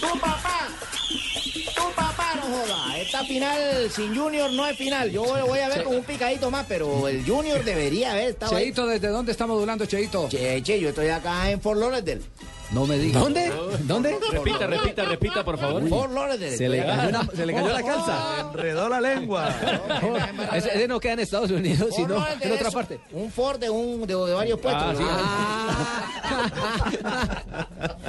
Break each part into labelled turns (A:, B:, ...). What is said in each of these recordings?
A: Tu papá, tu papá no joda. Esta final sin Junior no es final. Yo voy a ver con un picadito más, pero el Junior debería haber estado ahí.
B: Cheito, ¿desde dónde está modulando Cheito?
A: Che, che, yo estoy acá en Fort Lauderdale.
B: No me digas. ¿Dónde? ¿Dónde?
C: Repita, repita, repita, por favor.
A: Fort Lauderdale.
B: Se le
A: Estoy acá.
B: cayó, una- se le cayó la calza. Oh,
D: Enredó la lengua.
B: Ese, ese no queda en Estados Unidos,
A: Fort
B: sino
A: Lauderdale
B: en otra
A: es
B: parte.
A: Un Ford de, un, de, de varios puestos.
C: Ah, sí.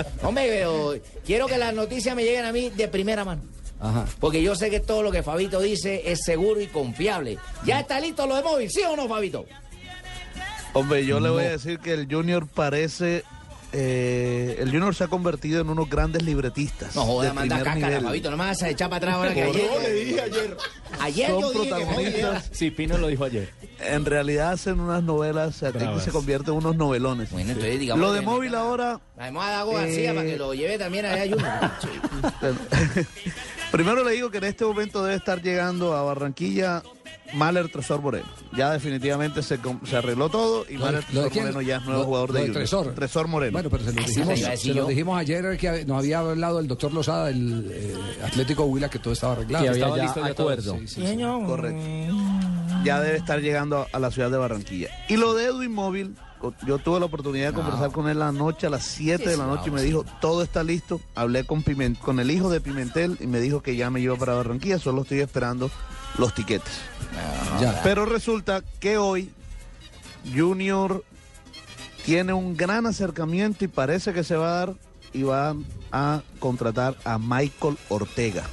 A: Hombre, pero quiero que las noticias me lleguen a mí de primera mano.
B: Ajá.
A: Porque yo sé que todo lo que Fabito dice es seguro y confiable. ¿Ya está listo lo de móvil? ¿Sí o no, Fabito?
D: Hombre, yo le voy a decir que el Junior parece. eh, el Junior se ha convertido en unos grandes libretistas.
A: No joda,
D: de
A: manda
D: primer
A: cáscara,
D: nivel.
A: Fabito. No me vas a echar para atrás ahora que
D: Por-
A: ayer.
D: Yo le dije
A: ayer. Ayer
D: Son
A: yo dije que Móvil era-
D: protagonistas.
C: Sí, Pino lo dijo ayer.
D: En realidad hacen unas novelas, se,
C: Bravas.
D: se convierten en unos novelones.
A: Bueno, entonces digamos.
D: Lo de
A: que-
D: móvil ahora.
A: Además, a Dago García
D: Eh.
A: para que lo lleve también allá a Junior.
D: Bueno, Primero le digo que en este momento debe estar llegando a Barranquilla Maler Tresor Moreno. Ya definitivamente se, com- se arregló todo y Maler
B: Lo de
D: Tresor
B: quién?
D: Moreno ya es nuevo
B: Lo-
D: jugador
B: lo
D: de
B: de
D: Junior.
B: Tresor.
D: Moreno.
B: Bueno, pero se lo
A: Eso te
B: dijimos,
A: iba a decir
B: se lo
A: yo.
B: dijimos ayer que nos había hablado el doctor Lozada, el eh, Atlético Huila, que todo estaba arreglado.
C: Que había
B: Estaba
C: ya
B: ya
C: acuerdo.
B: todo. Sí, sí, sí.
D: Correcto. Ya debe estar llegando a, a la ciudad de Barranquilla. Y lo de Edwin Móvil, co- yo tuve la oportunidad de conversar con él la noche a las 7 de la noche y me dijo, todo está listo. Hablé con, Pimen- con el hijo de Pimentel y me dijo que ya me iba para Barranquilla, solo estoy esperando los tiquetes.
B: Ya.
D: Pero resulta que hoy Junior tiene un gran acercamiento y parece que se va a dar y van a contratar a Michael Ortega.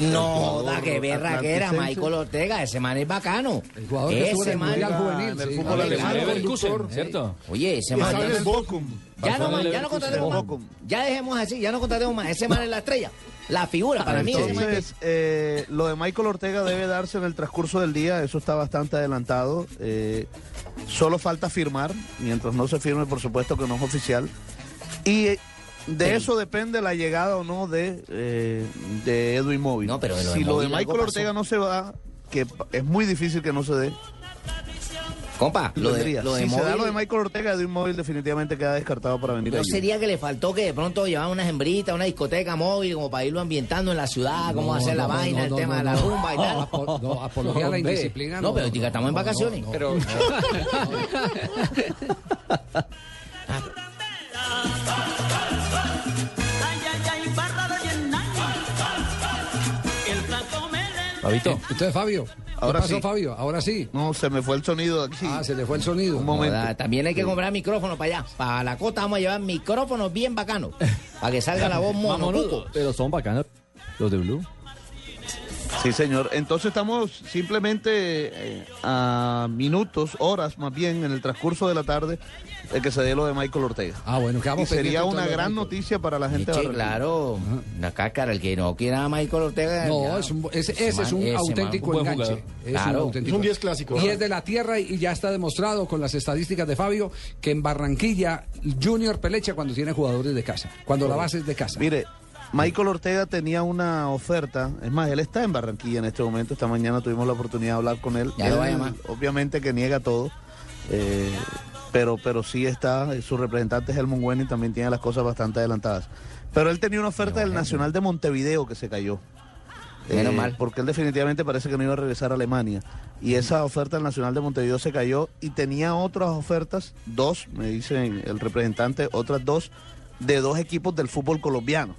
A: No,
D: El
A: da que
D: jugador
A: verra que era
D: atlanticense.
A: Michael Ortega. Ese man es bacano.
B: El jugador que estuvo en
A: Ese
B: el
A: man.
B: Mundial
D: juega
B: Juvenil.
D: en el
B: sí.
D: fútbol
B: Ahora,
A: alemán.
B: claro,
C: Leverkusen, ¿cierto?
A: Oye, ese man. es- Ya
C: Pasó
A: no, más,
C: en el
A: ya no
C: Leverkusen.
A: contratemos más.
D: Bocum.
A: Ya dejemos así, ya no contratemos más. Ese man es la estrella. La figura para mí. ese man es-
D: Entonces, eh, lo de Michael Ortega debe darse en el transcurso del día, eso está bastante adelantado. eh, solo falta firmar, mientras no se firme, por supuesto que no es oficial. Y eh, de eso depende la llegada o no de, eh, de Edwin Móvil.
A: No, pero de lo de
D: si lo de
A: Móvil algo
D: Michael Ortega
A: pasó.
D: no se va, que pa- es muy difícil que no se dé,
A: Compa, lo de,
D: tendría.
A: lo de
D: si se da
A: móvil-
D: lo de Michael Ortega, Edwin Móvil definitivamente queda descartado para venir a
A: ¿No
D: Junior.
A: sería que le faltó que de pronto llevaban unas hembritas, una discoteca móvil, como para irlo ambientando en la ciudad, cómo hacer la
B: no,
A: vaina,
B: no,
A: el
B: no,
A: tema
B: no,
A: de la
B: no.
A: rumba y tal?
B: Apo- no, apología a la
C: Hombre.
B: indisciplina.
A: No, pero diga, estamos en vacaciones.
B: pero...
E: Ay, ay, ay, barra de Vietnam. El plato me le-
C: Fabito.
B: Entonces, Fabio,
D: Ahora
B: ¿qué pasó,
D: sí.
B: Fabio? Ahora sí.
D: No, se me fue el sonido de aquí.
B: Ah, se le fue el sonido.
D: Un momento.
A: Joda, también hay que comprar micrófonos para allá. Para la costa vamos a llevar micrófonos bien bacanos. Para que salga la voz monocuco.
C: Pero son bacanos los de Blue.
D: Sí, señor. Entonces estamos simplemente eh, a minutos, horas más bien, en el transcurso de la tarde, de que se dé lo de Michael Ortega.
B: Ah, bueno,
D: y
B: quedamos pendientes
D: sería una
B: entonces,
D: gran
B: Michael.
D: noticia para la
A: Sí,
D: gente de Barranquilla.
A: claro. La cáscara, el que no quiera a Michael Ortega.
B: No,
A: ya.
B: es un, ese, ese
A: man-
B: es un
A: ese man,
B: auténtico
C: buen
B: enganche.
C: jugador.
B: Es
A: Claro.
B: un auténtico.
F: Es un 10 clásico.
B: Y es de la tierra y ya está demostrado con las estadísticas de Fabio que en Barranquilla Junior pelecha cuando tiene jugadores de casa, cuando la base es de casa.
D: Mire, Michael Ortega tenía una oferta, es más, él está en Barranquilla en este momento, esta mañana tuvimos la oportunidad de hablar con él.
A: Ya lo va a
D: Él,
A: llamar.
D: Obviamente que niega todo, eh, pero, pero sí está, eh, su representante es Helmut Wenning, también tiene las cosas bastante adelantadas. Pero él tenía una oferta del Nacional de Montevideo que se cayó.
A: Menos mal.
D: Eh, Porque él definitivamente parece que no iba a regresar a Alemania. Y esa oferta del Nacional de Montevideo se cayó y tenía otras ofertas, dos, me dicen el representante, otras dos, de dos equipos del fútbol colombiano.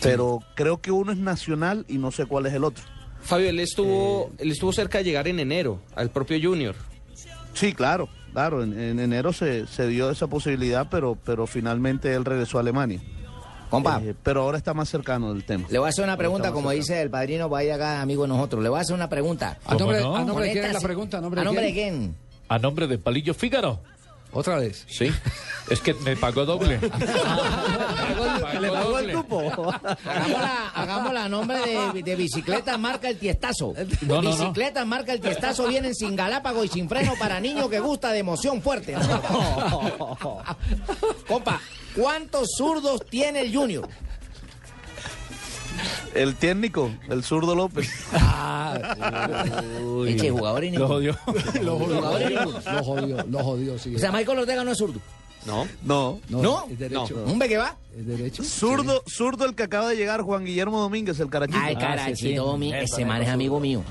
D: Pero creo que uno es nacional y no sé cuál es el otro.
G: Fabio, él estuvo, él estuvo cerca de llegar en enero al propio Junior.
D: Sí, claro, claro. En, en enero se, se dio esa posibilidad, pero, pero finalmente él regresó a Alemania.
A: Compa,
D: Eh, pero ahora está más cercano del tema.
A: le voy a hacer una pregunta, como dice el padrino, vaya acá, amigo de nosotros. Le voy a hacer una pregunta.
B: ¿A nombre,
C: no?
B: a nombre de quién es la
A: Conéctase-
B: pregunta?
A: ¿A nombre, de quién?
C: A nombre de Palillo Fígaro.
B: Otra vez.
C: Sí. Es que me pagó doble.
D: Le pagó el grupo.
A: Hagámosla, hagámosla a nombre de, de bicicleta marca el tiestazo.
C: No, no, no.
A: bicicleta marca el tiestazo vienen sin galápago y sin freno para niño que gusta de emoción fuerte. Compa, ¿cuántos zurdos tiene el Junior?
D: El técnico, el zurdo López.
A: Eche, jugador
C: Lo jodió.
B: Lo jodió, lo jodió, lo jodió, sí.
A: O sea, Michael Ortega no es zurdo.
G: No.
D: No.
A: ¿No?
B: Es derecho.
A: ¿Un que va?
B: ¿Es derecho?
D: Zurdo, zurdo el que acaba de llegar, Juan Guillermo Domínguez, el carachito.
A: Ay, carachito, mi- ese man es amigo mío.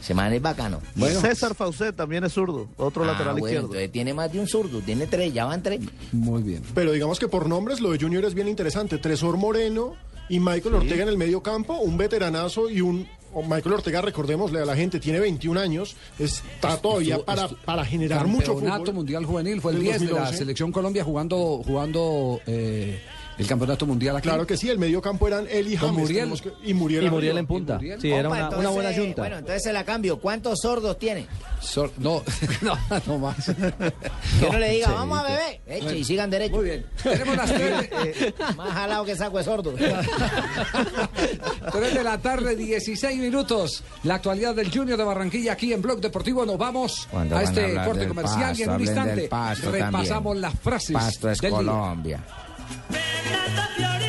A: Ese man es bacano.
B: Bueno.
D: César Faucet también es zurdo, otro
A: Ah,
D: lateral
A: bueno,
D: izquierdo.
A: entonces tiene más de un zurdo, tiene tres, ya van tres.
B: Muy bien.
F: Pero digamos que por nombres lo de Junior es bien interesante. Tresor Moreno y Michael Ortega en el medio campo, un veteranazo y un... o Michael Ortega, recordémosle a la gente, tiene 21 años, está todavía para, para generar mucho
B: Campeonato
F: fútbol.
B: Mundial Juvenil fue el
F: Del
B: 10 de la
F: 2011.
B: Selección Colombia jugando, jugando eh, el Campeonato Mundial aquí.
F: Claro que sí, el medio campo eran él y
B: Con
F: James.
B: Muriel.
F: tenemos que- y Muriel.
G: Y
F: arriba.
G: Muriel en punta.
B: Muriel?
G: Sí, era
A: Compa,
G: una, una buena
A: entonces,
G: yunta.
A: Bueno, entonces se la cambio. ¿Cuántos sordos tiene?
B: Sor- no, no, no más.
A: Que no le diga, vamos a beber. Eche, y sigan derecho.
B: Muy bien. Tenemos las eh, 3,
A: Más jalado que saco de sordo.
B: de la tarde, 16 minutos. La actualidad del Junior de Barranquilla aquí en Blog Deportivo. Nos vamos
H: Cuando
B: a
H: van a
B: este
H: hablar
B: corte
H: del
B: comercial y en
H: pasto,
B: un
H: hablen del
B: instante
H: pasto
B: repasamos
H: también.
B: las frases
H: Pasto es
B: del día.
H: Colombia.
E: Renata Fiorina.